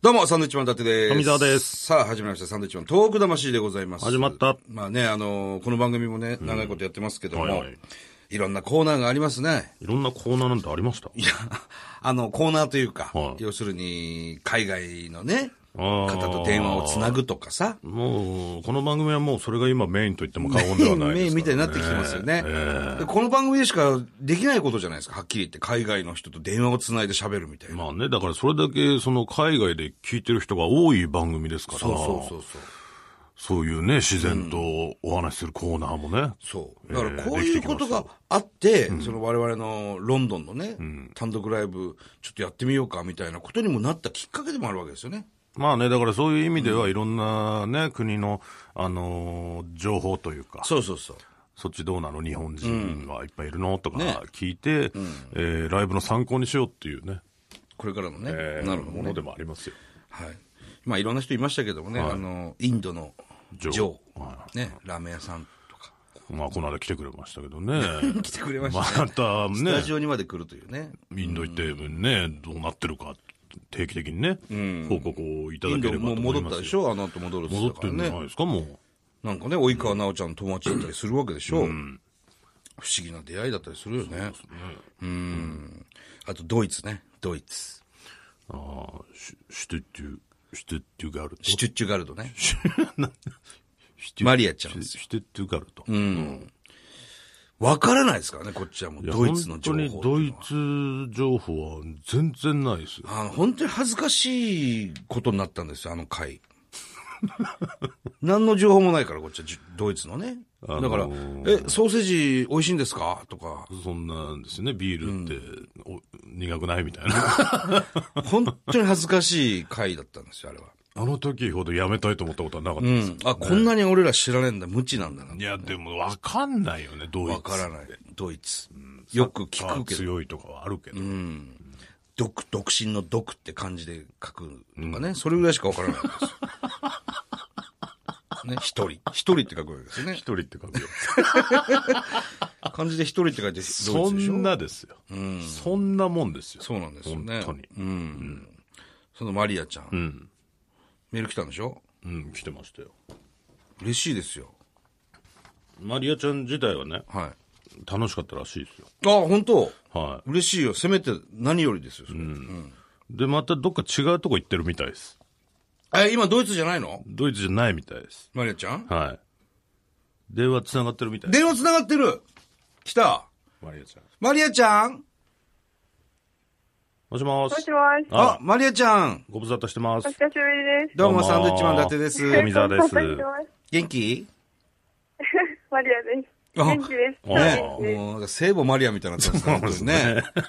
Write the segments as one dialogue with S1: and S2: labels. S1: どうも、サンドウィッチマン伊達です。
S2: 富澤です。
S1: さあ、始まりました。サンドウィッチマン、トーク魂でございます。
S2: 始まった。
S1: まあね、あのーこの番組もね、長いことやってますけども、
S2: はい
S1: い
S2: はい
S1: ろんなコーナーがありますね。
S2: いろんなコーナーなんてありました
S1: いや、 あの、コーナーというか、
S2: はい
S1: 要するに、海外のね、
S2: あー
S1: 方と電話をつなぐとかさ、
S2: もう、この番組はもうそれが今メインと言っても過言ではないですから、ね。
S1: みたいになってきてますよね、でこの番組でしかできないことじゃないですか、はっきり言って。海外の人と電話をつないで喋るみたいな。
S2: まあね、だからそれだけその海外で聞いてる人が多い番組ですから、
S1: そうそうそうそう。
S2: そういうね、自然とお話しするコーナーもね。
S1: そう。
S2: え
S1: だ
S2: ー
S1: からこういうことがあって、その我々のロンドンのね、単独ライブ、ちょっとやってみようかみたいなことにもなったきっかけでもあるわけですよね。
S2: まあね、だからそういう意味ではいろんなね、国の、あのー情報というか、
S1: そうそうそう。
S2: そっちどうなの日本人がいっぱいいるのとか聞いて、えーライブの参考にしようっていうね、
S1: これからのね、
S2: えー
S1: なるほど
S2: もの
S1: ね
S2: で。もありますよ。
S1: はい。まあいろんな人いましたけどもね、あの、インドのジ
S2: ジ
S1: ョ
S2: ョ
S1: ー、
S2: ーは
S1: ね、ラーメン屋さんとか、
S2: まあ、この間来てくれましたけどね。
S1: 来てくれましたね。
S2: また
S1: スタジ
S2: ね、
S1: オにまで来るというね。
S2: インド行ってね、どうなってるか、定期的にね、報告をいた
S1: イ
S2: だ
S1: ン
S2: け
S1: ド
S2: ればと
S1: もう
S2: 思い
S1: 戻っ
S2: ます
S1: た
S2: よ
S1: でしょあの後戻るって言
S2: 戻
S1: っ
S2: って
S1: た
S2: て
S1: か
S2: んじ
S1: ら
S2: ゃない
S1: ね。
S2: ですか、もう。
S1: なんかね、及川奈緒ちゃんの友達だったりするわけでしょ、不思議な出会いだったりするよね。うん。あと、ドイツね。ドイツ。
S2: ああ、シュシュテッチュ、シュテッチュガルト。
S1: シュチュッチュガルドね。
S2: シュテッ
S1: マリアちゃんです
S2: シュシュテッチュガルト。
S1: わからないですからね、こっちはもう。
S2: いや
S1: ドイツの情報っていう
S2: 本
S1: のは
S2: 当にドイツ情報は全然ないですよ。
S1: あの、本当に恥ずかしいことになったんですよ、あの回。 何の情報もないから、こっちは、じドイツのね。
S2: あのー
S1: だから、え、ソーセージ美味しいんですかとか、
S2: そんなんですよね、ビールって、お苦くないみたい な。
S1: 本当に恥ずかしい回だったんですよ、あれは。
S2: あの時ほどやめたいと思ったことはなかった
S1: う
S2: です。
S1: ん。あ、こんなに俺ら知らねえんだ、無知なんだな。
S2: いや、でもわかんないよね、ドイツ。
S1: わからない。ドイツ。よく聞くけど、
S2: 強いとかはあるけど。
S1: 独、独身の独って漢字で書くのかね、それぐらいしかわからないんですよ。ね、一人。一人って書くわけですよね
S2: 一。人っ て書くよ。
S1: 漢字で一人って書いてドイツでしょ
S2: そんなですよ。そんなもんですよ。
S1: そうなんですよね。
S2: 本当に
S1: うん。そのマリアちゃん,、
S2: ん
S1: メール来たんでしょ
S2: うん、来てましたよ。
S1: 嬉しいですよ。
S2: マリアちゃん自体はね、
S1: はい。あ、
S2: 楽しかったらしいですよ。
S1: 本当
S2: は
S1: 嬉しいよ。せめて何よりですよ、それ
S2: い。で、またどっか違うとこ行ってるみたいです。
S1: え、今ドイツじゃないの
S2: ドイツじゃないみたいです。
S1: マリアちゃん
S2: はい。電話繋がってるみたいです。
S1: 電話繋がってる来た
S2: マリアちゃん。
S1: マリアちゃん
S2: もしもー
S3: も
S2: し
S3: し。もし。
S1: あ
S2: あ
S1: マリアちゃん
S2: ご無沙汰してます
S3: お。久しぶりです。
S1: どう
S2: どう
S1: も、
S2: もー
S1: サンドウィッチマン伊達です。
S2: 富澤です
S3: ご無沙汰してます
S1: 元気
S3: マリアです。
S1: あ
S3: 元気です。
S2: あ
S3: はい元
S1: も
S3: 気です
S1: う、なんか聖母マリアみたいになってますね。本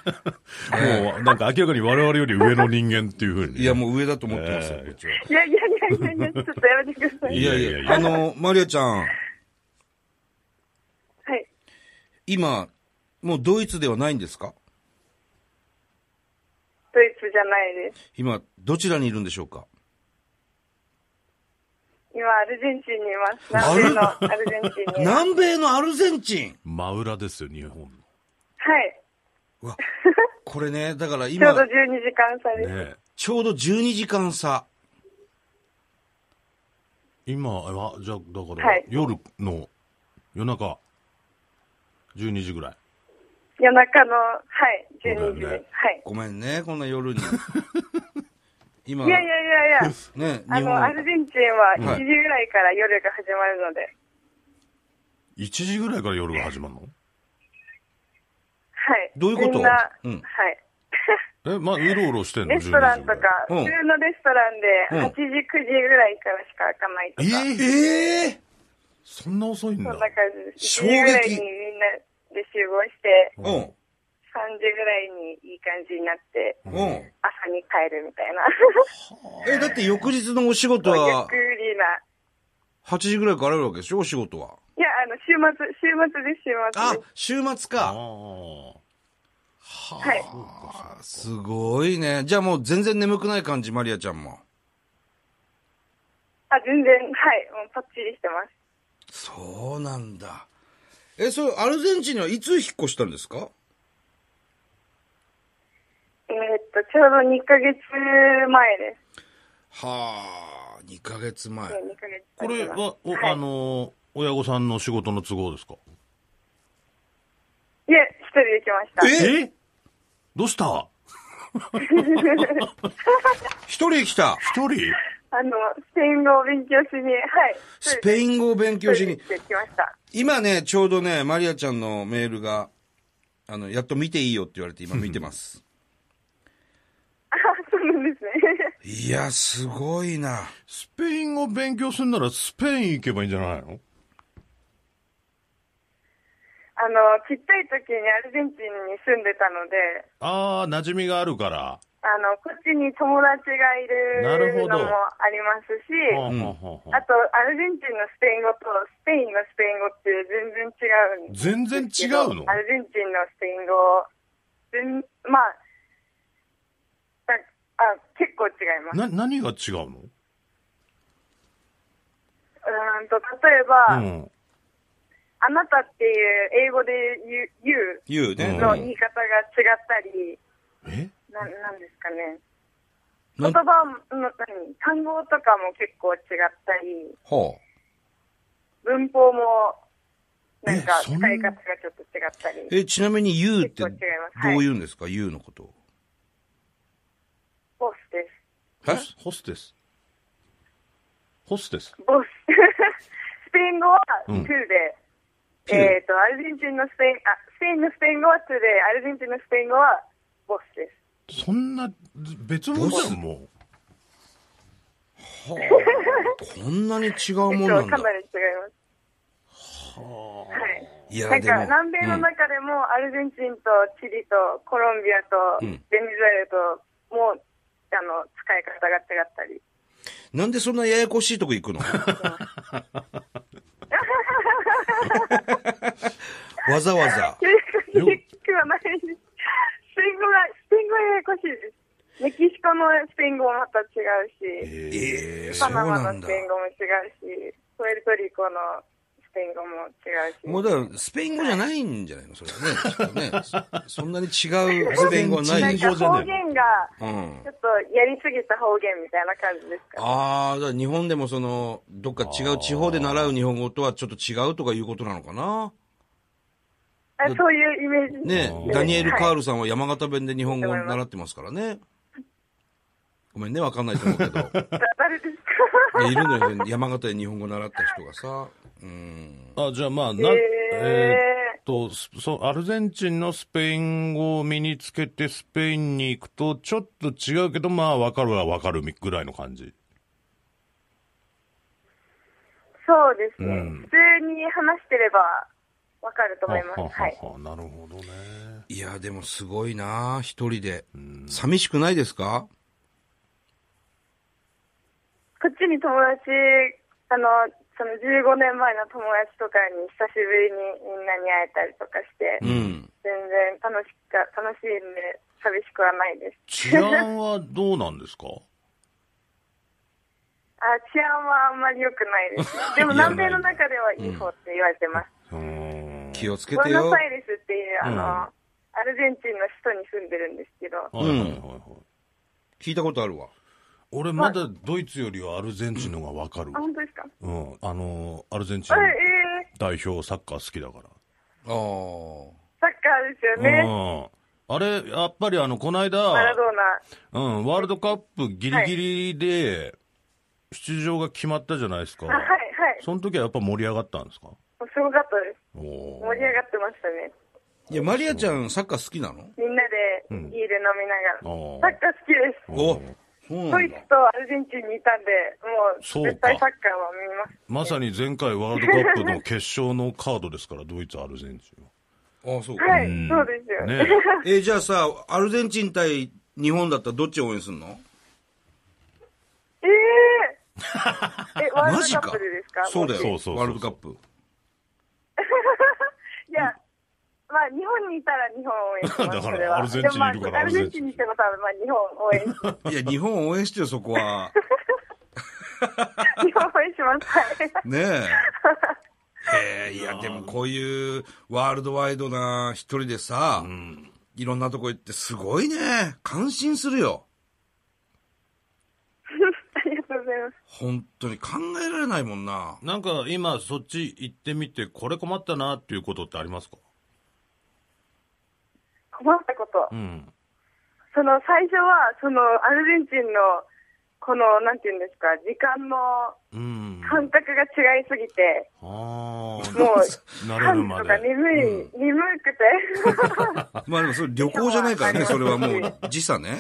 S1: 当に ね。
S2: もう、なんか明らかに我々より上の人間っていうふうにね。
S1: いや、もう上だと思ってますよ、
S2: えー
S1: こっちは。
S3: いやいやいやいやいや、ちょっとやめてください。
S1: いや
S2: いや
S1: い
S2: い
S1: や、
S2: や
S1: あの、マリアちゃん、
S3: はい。
S1: 今、もうドイツではないんですか
S3: ドイツじゃないです。
S1: 今、どちらにいるんでしょうか
S3: 今、アルゼンチンにいます。南米のアルゼンチンにいます。
S1: 南米のアルゼンチン
S2: 真裏ですよ、日本の。
S3: はい。
S1: うわこれね、だから
S3: ちょう
S1: 今
S3: ど、12時間差です。
S2: ねえ。
S1: ちょうど12時間差。
S2: 今は、じゃあ、だから、
S3: はい
S2: 夜の、夜中、12時ぐらい。
S3: 夜中の、はい、12時
S2: そうだよ
S3: です
S2: ね。
S3: はい。
S1: ごめんね、こんな 夜に。今、
S3: いやい
S1: ね、
S3: やいやいや、あ
S1: 日
S3: の、アル
S1: 本、
S3: ゼンチン
S1: は
S3: はい1時ぐらいから夜が始まるので、
S2: 1時ぐらいから夜が始まるの
S3: はい。
S1: どういうこと
S3: みんな、
S1: うん
S3: はい。
S2: え、まあ、うろうろしてんの
S3: レストランとか、
S1: うん
S3: 普通のレストラン
S1: うん
S3: で、8時、9時ぐらいからしか開かないと
S2: え
S3: か、
S2: ええそんな遅いん
S3: そ
S2: だ
S3: ん。な感じです。
S1: 衝
S3: 1時
S1: 撃
S3: ぐらいにみんなで集合して、
S1: う
S3: 3時ぐらいにいい感じになって、
S1: ん、うん。
S3: 朝に帰るみたいな。
S1: え、だって翌日のお仕事
S3: ゆっ
S1: は
S3: く、りな。
S1: 8時ぐらいからあるわけでしょお仕事は。
S3: いや、あの、週末、週末です、週
S1: あ
S3: 末です。、
S1: 週末
S2: あ
S1: か。
S2: あ。
S3: はい。
S1: あすごいね。じゃあもう全然眠くない感じ、マリアちゃんも。
S3: あ、全然、はい、もうパッチリしてます。
S1: そうなんだ。え、それ、アルゼンチンにはいつ引っ越したんですか
S3: えーっと、ちょうど2ヶ月前です。
S1: はあ、2ヶ月前。
S3: ね、2ヶ月
S2: こ
S3: 経
S2: れ
S3: ちます
S2: は、お
S3: はい、
S2: あのー、親御さんの仕事の都合ですか
S3: いえ、一人で来ました。
S1: え
S2: どうした
S1: 一人来た。
S2: 一人
S3: あの、スペイン語を勉強しに、はい。
S1: スペイン語を勉強しに
S3: 一。人で来ました。
S1: 今ね、ちょうどね、マリアちゃんのメールが、あの、やっと見ていいよって言われて今見て ます。
S3: あ、そうなんですね。
S1: いや、すごいな。
S2: スペイン語勉強するならスペイン行けばいいんじゃないの
S3: あの、ちっちゃい時にアルゼンチンに住んでたので、
S2: ああ、馴染みがあるから。
S3: あの、こっちに友達がい
S2: なるほ
S3: る
S2: ど
S3: のもありますし、
S2: はあはあはあ
S3: あと、アルゼンチンのスペイン語とスペインのスペイン語って全然違うんです
S2: 全然違
S3: けど。
S2: うの
S3: アルゼンチンのスペイン語、全まあ、だあ、結構違います。
S2: な、何が違うの
S3: うーんと、例えば、
S2: うん。
S3: あなたっていう英語で言う言う
S1: 言うね。
S3: の言い方が違ったり、
S2: え
S3: ななんですかね。
S1: な
S3: 言
S1: ん
S3: 葉の、何単語とかも結構違ったり、
S1: ほ
S3: 文法も、なんか、
S2: えそ
S3: 使
S2: ん
S3: い
S2: な
S3: 方がちょっと違ったり。
S1: う。え、ちなみに言うって
S3: 結構
S1: ど
S3: 違いうますはい
S1: 言うんですか言うのことを。
S3: ボスです。
S1: え
S2: ホスホステス。ホステス。
S3: ボス。 スペイン語は
S2: うん
S3: 2で、
S1: 2
S3: えっ、と、アルゼンチンのスペイン、あ、スペインのスペイン語は2で、アルゼンチンのスペイン語はボスです。
S2: そんな、ず別
S1: ボ
S2: 物だ
S1: ス
S2: よ、も
S1: はあ、こんなに違うもん
S3: 結
S1: な
S3: 構
S1: ん
S3: か
S1: だ。
S3: なり違います。
S2: う。
S3: はい。
S1: いや、
S3: なん
S1: でも
S3: か、南米の中でも、アルゼンチンとチリとコロンビアと
S1: う
S3: ベ
S1: ん
S3: ネズエラと、もう、あの、使い方が違ったり。
S1: うんなんでそんなややこしいとこ 行くのわざわ ざ。
S3: 結局はないです。スペイン語が、スペイン語がややこしいです。メキシコのスペイン語もまた違うし、
S1: ええそ
S3: パ
S1: う
S3: ナマ
S1: な
S3: の
S1: ん
S3: ス
S1: だ
S3: ペ。イン語も違うし、プエルトリコのスペイン語も違うし。
S1: もうだから、スペイン語じゃないんじゃないのそれはね。きっと ねそそんなに違うスペイン語はな
S2: スペ
S1: い
S2: イン
S1: でし
S2: 語
S1: ょ
S2: じゃ
S3: 方
S2: ねえの
S3: 言が、
S1: うん
S3: ちょっとやりすぎた方言みたいな感じですか。
S1: ああ、だから日本でもその、どっか違う地方で習う日本語とはちょっと違うとかいうことなのかな
S3: あそういうイメージ。
S1: ねえ、
S2: あー
S1: ダニエル・
S3: はい
S1: カールさんは山形弁で日本語を習ってますからね。ごめんね、わかんないと思うけど。
S3: だ誰ですか
S1: いやいるのよ、山形で日本語習った人がさ。うん。
S2: あ、じゃあまあ、な、
S3: えー
S2: えーっと、すそう、アルゼンチンのスペイン語を身につけてスペインに行くと、ちょっと違うけど、まあ、わかるはわかるぐらいの感じ。
S3: そうですね、
S2: うん
S3: 普通に話してればわかると思います。はい。
S2: ははなるほどね。
S1: いや、でもすごいな一人で。寂しくないですか
S3: こっちに友達、あの、その15年前の友達とかに久しぶりにみんなに会えたりとかして、
S1: うん。
S3: 全然楽しか、楽しいんで寂しくはないです。
S2: 治安はどうなんですか
S3: あ治安はあんまり良くないです、ね。でも
S1: いや
S3: 南米の中ではいい方って言われてます。
S2: うーん
S1: 気をつけ
S3: ボ
S1: て
S3: エノ
S1: よ
S3: ス。アイレスっていう、あの、
S2: うん
S3: アルゼンチンの首都に住んでるんですけど、
S2: はいはいはいはい。
S1: 聞いたことあるわ。
S2: 俺まだドイツよりはアルゼンチンの方がわかるわ
S3: あ、本当ですか
S2: うん。あのー、アルゼンチン
S3: あええ
S2: 代表サッカー好きだから。
S1: ああ。
S3: サッカーですよね。
S2: うん。あれ、やっぱりあの、この間、
S3: マラドーナ。
S2: うん、ワールドカップギリギリで出場が決まったじゃないですか。
S3: あ、はい、はい。
S2: その時はやっぱ盛り上がったんですか
S3: もうすごかったです。
S2: おー
S3: 盛り上がってましたね。
S1: いや、マリアちゃんサッカー好きなの
S3: みんなで
S2: ん
S3: ビール飲みながら。
S2: おー
S3: サッカー好きで
S1: お
S3: す。
S1: そう
S3: ド
S1: な
S3: イ
S1: ん
S3: ツ
S1: だ。
S3: とアルゼンチンにいたんで、もう
S2: そうか
S3: 絶対サッカーは見ます。
S2: まさに前回ワールドカップの決勝のカードですから、ドイツ、アルゼンチンは。
S1: ああ、そうか。
S3: はい、
S2: ん
S3: そうですよ。
S2: ね
S1: えーじゃあさ、アルゼンチン対日本だったらどっち応援するの
S3: え ええ、ワールドカップでですか
S1: そうだよ。
S2: そうそうそうそう
S1: ワールドカップ。
S3: いや、まあ日本にいたら日本を応援します。
S2: だから
S3: それは
S2: アルゼンチンいるから
S3: でもまあアルゼンチンにいても多分まあ日本を応援し
S1: いや、日本応援してよ、そこは。
S3: ます。日本を応援します。はい。
S1: ね え。えーいや、でもこういうワールドワイドな一人でさ、いろんなとこ行ってすごいね。感心するよ。
S3: あります。
S1: 本当に考えられないもんな。
S2: なんか今そっち行ってみて、これ困ったなっていうことってありますか
S3: 困ったこと。
S2: うん。
S3: その最初は、そのアルゼンチンの、この、なんていうんですか、時間の
S2: うん。
S3: 感覚が違いすぎて、
S2: あ
S3: もう、
S2: あ、慣れる
S3: 寒
S2: ま
S3: とか
S2: で。
S3: 鈍い、鈍くて。
S1: まあでもそれ旅行じゃないから ね、それはもう時差ね。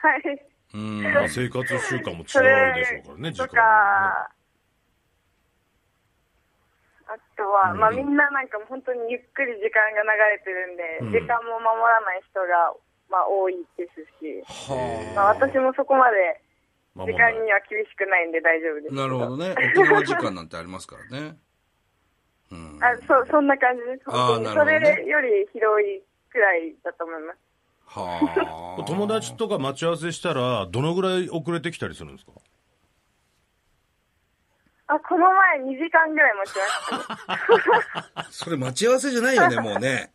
S3: はい。
S1: うん。
S2: まあ生活習慣も違うでしょう
S3: そ
S2: からね、
S3: れ
S2: 時
S3: と
S2: 間はね。
S3: か、あとは、まあみんななんかもう本当にゆっくり時間が流れてるんで、時間も守らない人が、まあ多いですし、まあ
S1: は
S3: 私もそこまで
S2: まあ
S3: 時
S2: 問
S3: 間
S2: 題
S3: には厳しくないんで大丈夫です
S1: あ。
S3: け。
S1: なるほどね。沖 縄時間なんてありますからね。うん。
S3: あ、そう、そんな感じです。
S1: あー
S3: 本当に。
S1: な
S3: そ
S1: るほどね
S3: れより広いくらいだと思います。
S1: は あ。
S2: 友達とか待ち合わせしたら、どのぐらい遅れてきたりするんで すか
S3: あ、この前2時間ぐらい待ちました。
S1: それ待ち合わせじゃないよね、もうね。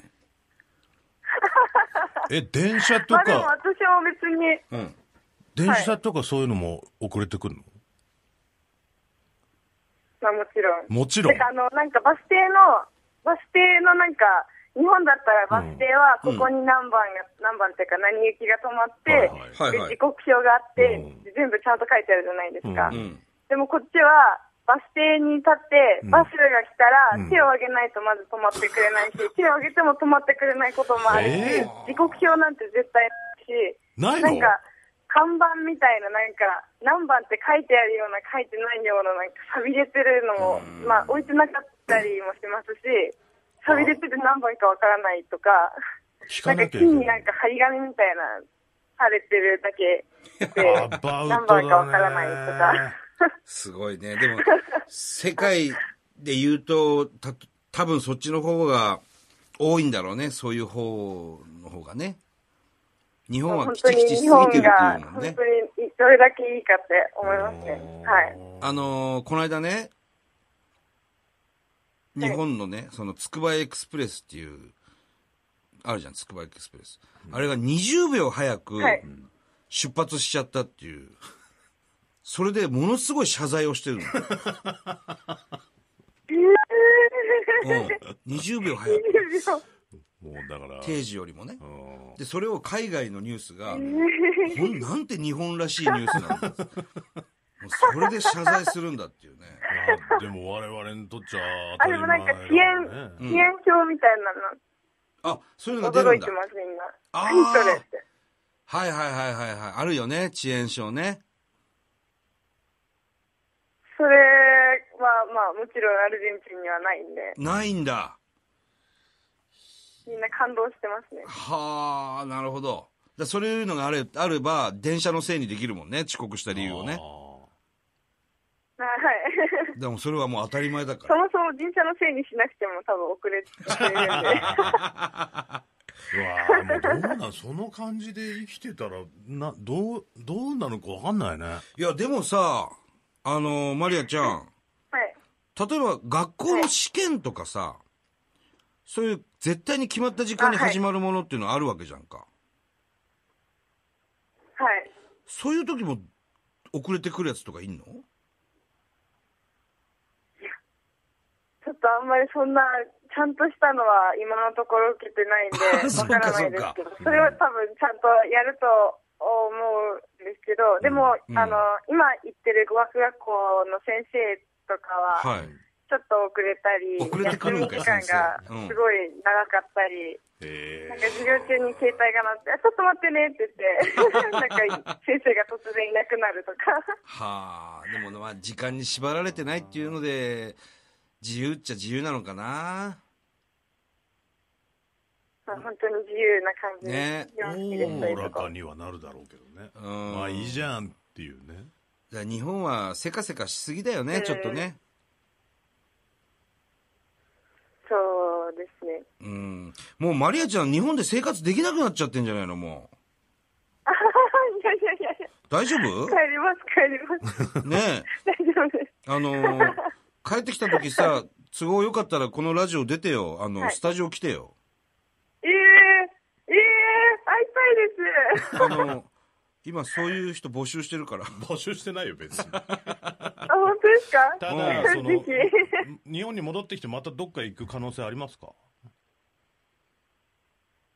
S2: え、電車と
S3: まあでも
S2: か、
S3: 私も別に、
S1: うん。
S2: 電車とかそういうのも遅れてくるの
S3: まあもちろん。
S2: もちろん
S3: て。かあの、なんかバス停の、バス停のなんか、日本だったらバス停はここに何番が、何番っていうか何行きが止まって、
S1: はいはい
S3: で時刻表があって、
S2: うん
S3: 全部ちゃんと書いてあるじゃないですか。
S2: う
S1: うん。
S3: でもこっちは、バス停に立って、
S2: うん
S3: バスが来たら、
S2: うん
S3: 手を挙げないとまず止まってくれ ないし、手を挙げても止まってくれないこともあるし、
S2: え
S3: 時刻表なんて絶対な
S2: な
S3: いし、ない
S2: の
S3: んか、看板みたいな、なんか、何番って書いてあるような、書いてないような、なんか、錆びれてるのも、まあ、置いてなかったりもしますし、錆びれてて何番かわからないとか、
S2: 聞
S3: な
S2: か
S3: んか
S2: なきゃ
S3: 木
S2: いけ
S3: に
S2: な
S3: なん
S2: い。
S3: か張り紙みたいな、貼れてるだけで
S2: アバウトだね
S3: 何番かわからないとか。
S1: すごいね。でも、世界で言うと、た、多分そっちの方が多いんだろうね。そういう方の方がね。日本は
S3: 本
S1: き
S3: 当
S1: ち
S3: に
S1: きちしすぎ
S3: 日本
S1: てるってい
S3: が
S1: うもん
S3: 本
S1: ね
S3: 当。にどれだけいいかって思いますね。はい。
S1: あのーこの間ね、日本のね、その、つくばエクスプレスっていう、あるじゃん、つくばエクスプレス。あれが20秒早く
S3: はい
S1: 出発しちゃったっていう。それでものすごい謝罪を してるの。うん。20秒早く。
S2: もうだから、
S1: 定時よりもね。
S2: うん
S1: で、それを海外のニュースが、ほんなんて日本らしいニュースなんだ。もうそれで謝罪するんだっていうね。
S2: まあでも我々にとっちゃ当
S3: あ、
S2: た
S3: で
S2: り
S3: も
S2: 前
S3: なんか遅延
S2: だね、
S3: 遅延表みたい
S1: あ、そういう
S3: な
S1: の
S3: の
S1: が出る
S3: 驚い
S1: んだ
S3: て。ます、みんな。
S1: あー
S3: 何それって。
S1: はいはいはいはいはい。あるよね、遅延症ね。
S3: それはまあもちろんアルゼンチンにはないんで、
S1: ないんだ。
S3: みんな感動してますね。
S1: はあ、なるほど。だそういうのがあれあれば、電車のせいにできるもんね、遅刻した理由をね。
S2: あ
S3: はい。
S1: でもそれはもう当たり前だか
S3: そ
S1: ら。
S3: もそも人車のせいにしなくても多分遅れてるん
S2: ーうわーもう
S3: で。
S2: どうなん、その感じで生きてたら、な、どう、どうなのかわかんないね。
S1: いや、でもさ、あのーマリアちゃん、
S3: はい。
S1: 例えば学校の試験とかさ、そういう絶対に決まった時間に
S3: あはい
S1: 始まるものっていうのはあるわけじゃんか。
S3: はい。
S1: そういう時も遅れてくるやつとかいんの
S3: ちょっとあんまりそんな、ちゃんとしたのは今のところ受けてないん で、
S1: そ
S3: わ
S1: う
S3: か
S1: から
S3: ないですけど
S1: そうか、
S3: それは多分ちゃんとやると思うんですけど、でも、
S1: うん
S3: あの、今行ってる語学学校の先生とかは、
S1: はい。
S3: ちょっと遅れたり、
S1: 遅れてくるんかい
S3: 休
S1: 先
S3: み時間
S1: 生うん
S3: がすごい長かったり、
S2: へ
S3: なんか授業中に携帯が鳴って、あちょっと待ってねって 言って、なんか先生が突然いなくなるとか。
S1: はあ、でもまあ時間に縛られてないっていうので、自由っちゃ自由なのかな。
S3: まあ本当に自由な感じ
S1: ね
S3: で、好き
S2: え。
S3: ですそう
S2: お
S3: い
S2: お
S3: う
S2: ら
S3: とこ
S2: かにはなるだろうけどね。
S1: うん
S2: まあいいじゃんっていうね。
S1: だから日本はせかせかしすぎだよね、
S3: うん
S1: ちょっとね。
S3: そうですね。
S1: うん。もうマリアちゃん、日本で生活できなくなっちゃってんじゃないのもう。
S3: あは はいやいやいやいや、
S1: 大丈
S3: 帰
S1: 夫
S3: ります、帰ります。
S1: ねえ。
S3: 大丈夫です。
S1: あの ー帰ってきた時さ、都合よかったらこのラジオ出てよ。あの、
S3: はい
S1: スタジオ来てよ。
S3: ええええ会いたいです。
S1: あの、今そういう人募集してるから。
S2: 募集してないよ、別に。
S3: あ、本当 ですか
S2: ただ、
S1: うん
S2: その、
S3: ぜひ。
S2: 日本に戻ってきてまたどっか行く可能性ありますか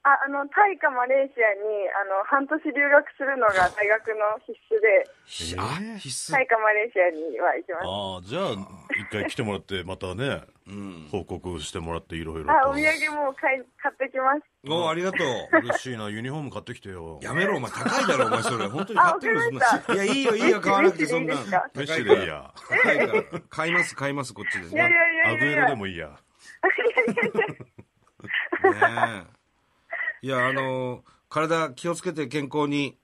S3: あ、あの、タイかマレーシアに、あの、半年留学するのが大学の必須で、
S1: ひ
S2: え
S1: あ
S2: ー
S1: 必須
S3: タイかマレーシアには行きます。
S2: ああ、じゃあ、一回来てもらって、またね、
S1: うん。
S2: 報告してもらっていろいろと。
S3: あ、お土産もう買い買ってきます。
S1: おありがとう。
S2: 嬉しいな、ユニフォーム買ってきてよ。
S1: やめろ、お前高いだろ、お前それ。本当に買ってくる、
S3: あ
S1: そんな。いや、いいよ、いいよ、買わなくて、そんな
S3: 嬉しいですか。
S2: メッ
S1: 高
S2: シ
S1: い
S2: で
S1: か
S2: いい
S1: ら。
S2: や。
S1: 高いから。買います、買います、こっちです
S3: いやい
S1: ね。
S3: や
S2: ア
S3: い
S2: グ
S3: やい
S2: エロ
S3: やい
S2: で
S3: や。
S2: もいいや。
S1: ねえいや、あの、体気をつけて健康に。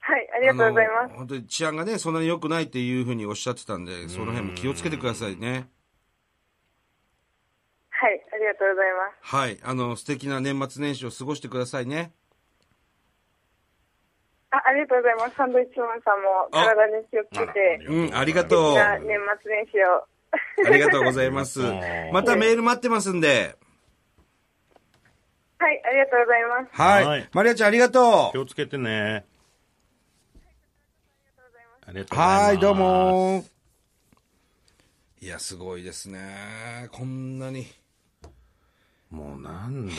S3: はい、あ
S1: あ
S3: りがとうございます
S1: の。本当に治安がね、そんなに良くないっていうふうにおっしゃってたんで、その辺も気をつけてくださいね。
S3: はい、ありがとうございます。
S1: はい。あの、素敵な年末年始を過ごしてくださいね。
S3: あありがとうございます。サンドイッチマンさんも
S1: あ
S3: 体に気をつけて、
S1: うん、ありがと
S3: じ
S1: う。
S3: ゃあ
S1: あ
S3: 年末年始を。
S1: りがとうございます
S2: ありがと。う
S1: またメール待ってますんで。
S3: はい、ありがとうございます。
S1: はい。
S2: はい
S1: マリアちゃんありがと
S2: 気
S1: う。
S2: をつけてね。ありがとうございます。
S1: はい、どう。も。いや、すごいですね。こんなに。
S2: もうなんだろうね。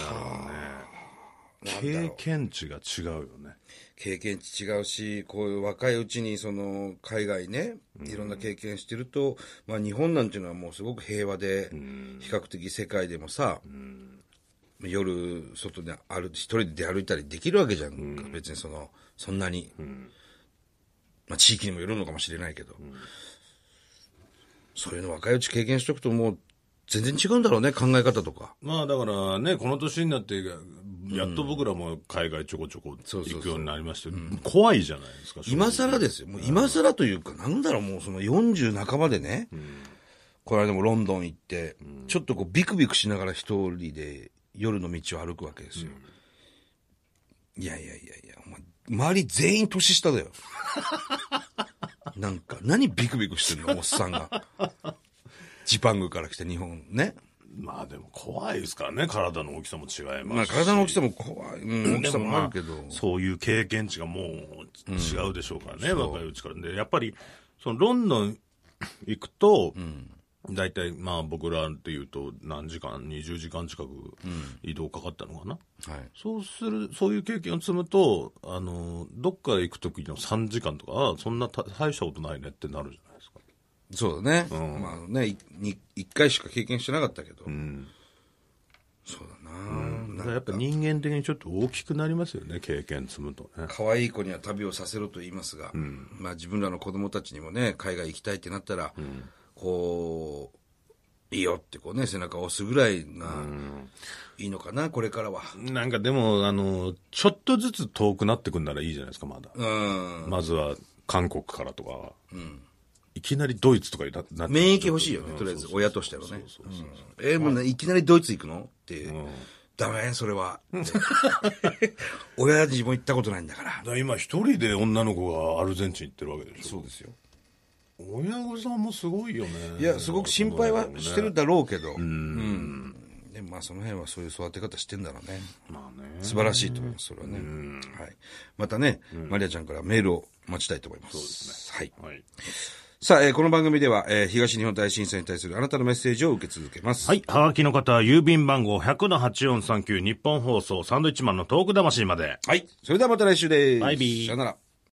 S1: なんだろう
S2: 経験値が違うよね。
S1: 経験値違うし、こういう若いうちにその海外ね、いろんな経験してると、まあ日本なんていうのはもうすごく平和で、比較的世界でもさ、夜外で歩一人で出歩いたりできるわけじゃんか、別にその、そんなに。まあ地域にもよるのかもしれないけど、そういうの若いうち経験しとくともう全然違うんだろうね、考え方とか。
S2: まあだからね、この年になって、やっと僕らも海外ちょこちょこ
S1: そうそうそう
S2: 行くようになりまして、怖いじゃないですか。。
S1: 今更ですすよ。もう今更というか、なんだろう、もうその40半ばでね、この間もロンドン行って、ちょっとこうビクビクしながら一人で夜の道を歩くわけですよ。いやいやいやいや、お前、周り全員年下だよ。 なんか、何ビクビクしてんの、おっさんが。ジパングから来て日本ね。
S2: まあでも怖いですからね、体の大きさも違い
S1: ま
S2: ま
S1: あ
S2: すし。
S1: 体の大きさも怖い、うん、大きさもあるけど。
S2: でもまあそういう経験値がもう違うでしょうからね、若いうちから。で、やっぱり、そのロンドン行くと、大体まあ僕らっていうと何時間、20時間近く移動かかったのかな。
S1: はい。
S2: そうする、そういう経験を積むと、あの、どっか行く時の3時間とか、あそんなた大したことないねってなるじゃないですか。
S1: そうだね。まあね、いに一回しか経験してなかったけど。そうだな、
S2: だ
S1: な
S2: からやっぱ人間的にちょっと大きくなりますよね、経験積むとね。
S1: 可愛い子には旅をさせろと言いますが、まあ自分らの子供たちにもね、海外行きたいってなったら、こう、いいよってこうね、背中を押すぐらいが、いいのかな、これからは。
S2: なんかでも、あの、ちょっとずつ遠くなってくんならいいじゃないですか、まだ。
S1: うん。
S2: まずは韓国からとか、いきなりドイツとかにななって
S1: 免疫欲しいよね、とりあえず、親としてはね。うんえもうね、いきなりドイツ行くのって、ダメ、それは。 親父も行ったことないんだから
S2: だ。から今一人で女の子がアルゼンチン行ってるわけでしょ。
S1: うですよ。
S2: 親御さんもすごいよね。
S1: いや、すごく心配はしてる
S2: ね。
S1: だろうけど、うん。でもまあ、その辺はそういう育て方してんだろうね。
S2: まあね。
S1: 素晴らしいと思います、それはね。はい。またね、マリアちゃんからメールを待ちたいと思います。はい。
S2: はい。
S1: さあ、えーこの番組では、えー東日本大震災に対するあなたのメッセージを受け続けます。
S2: はい。はがきの方は郵便番号100-8439日本放送サンドイッチマンのトーク魂まで。
S1: はい。それではまた来週です。
S2: バイビー
S1: さよなら。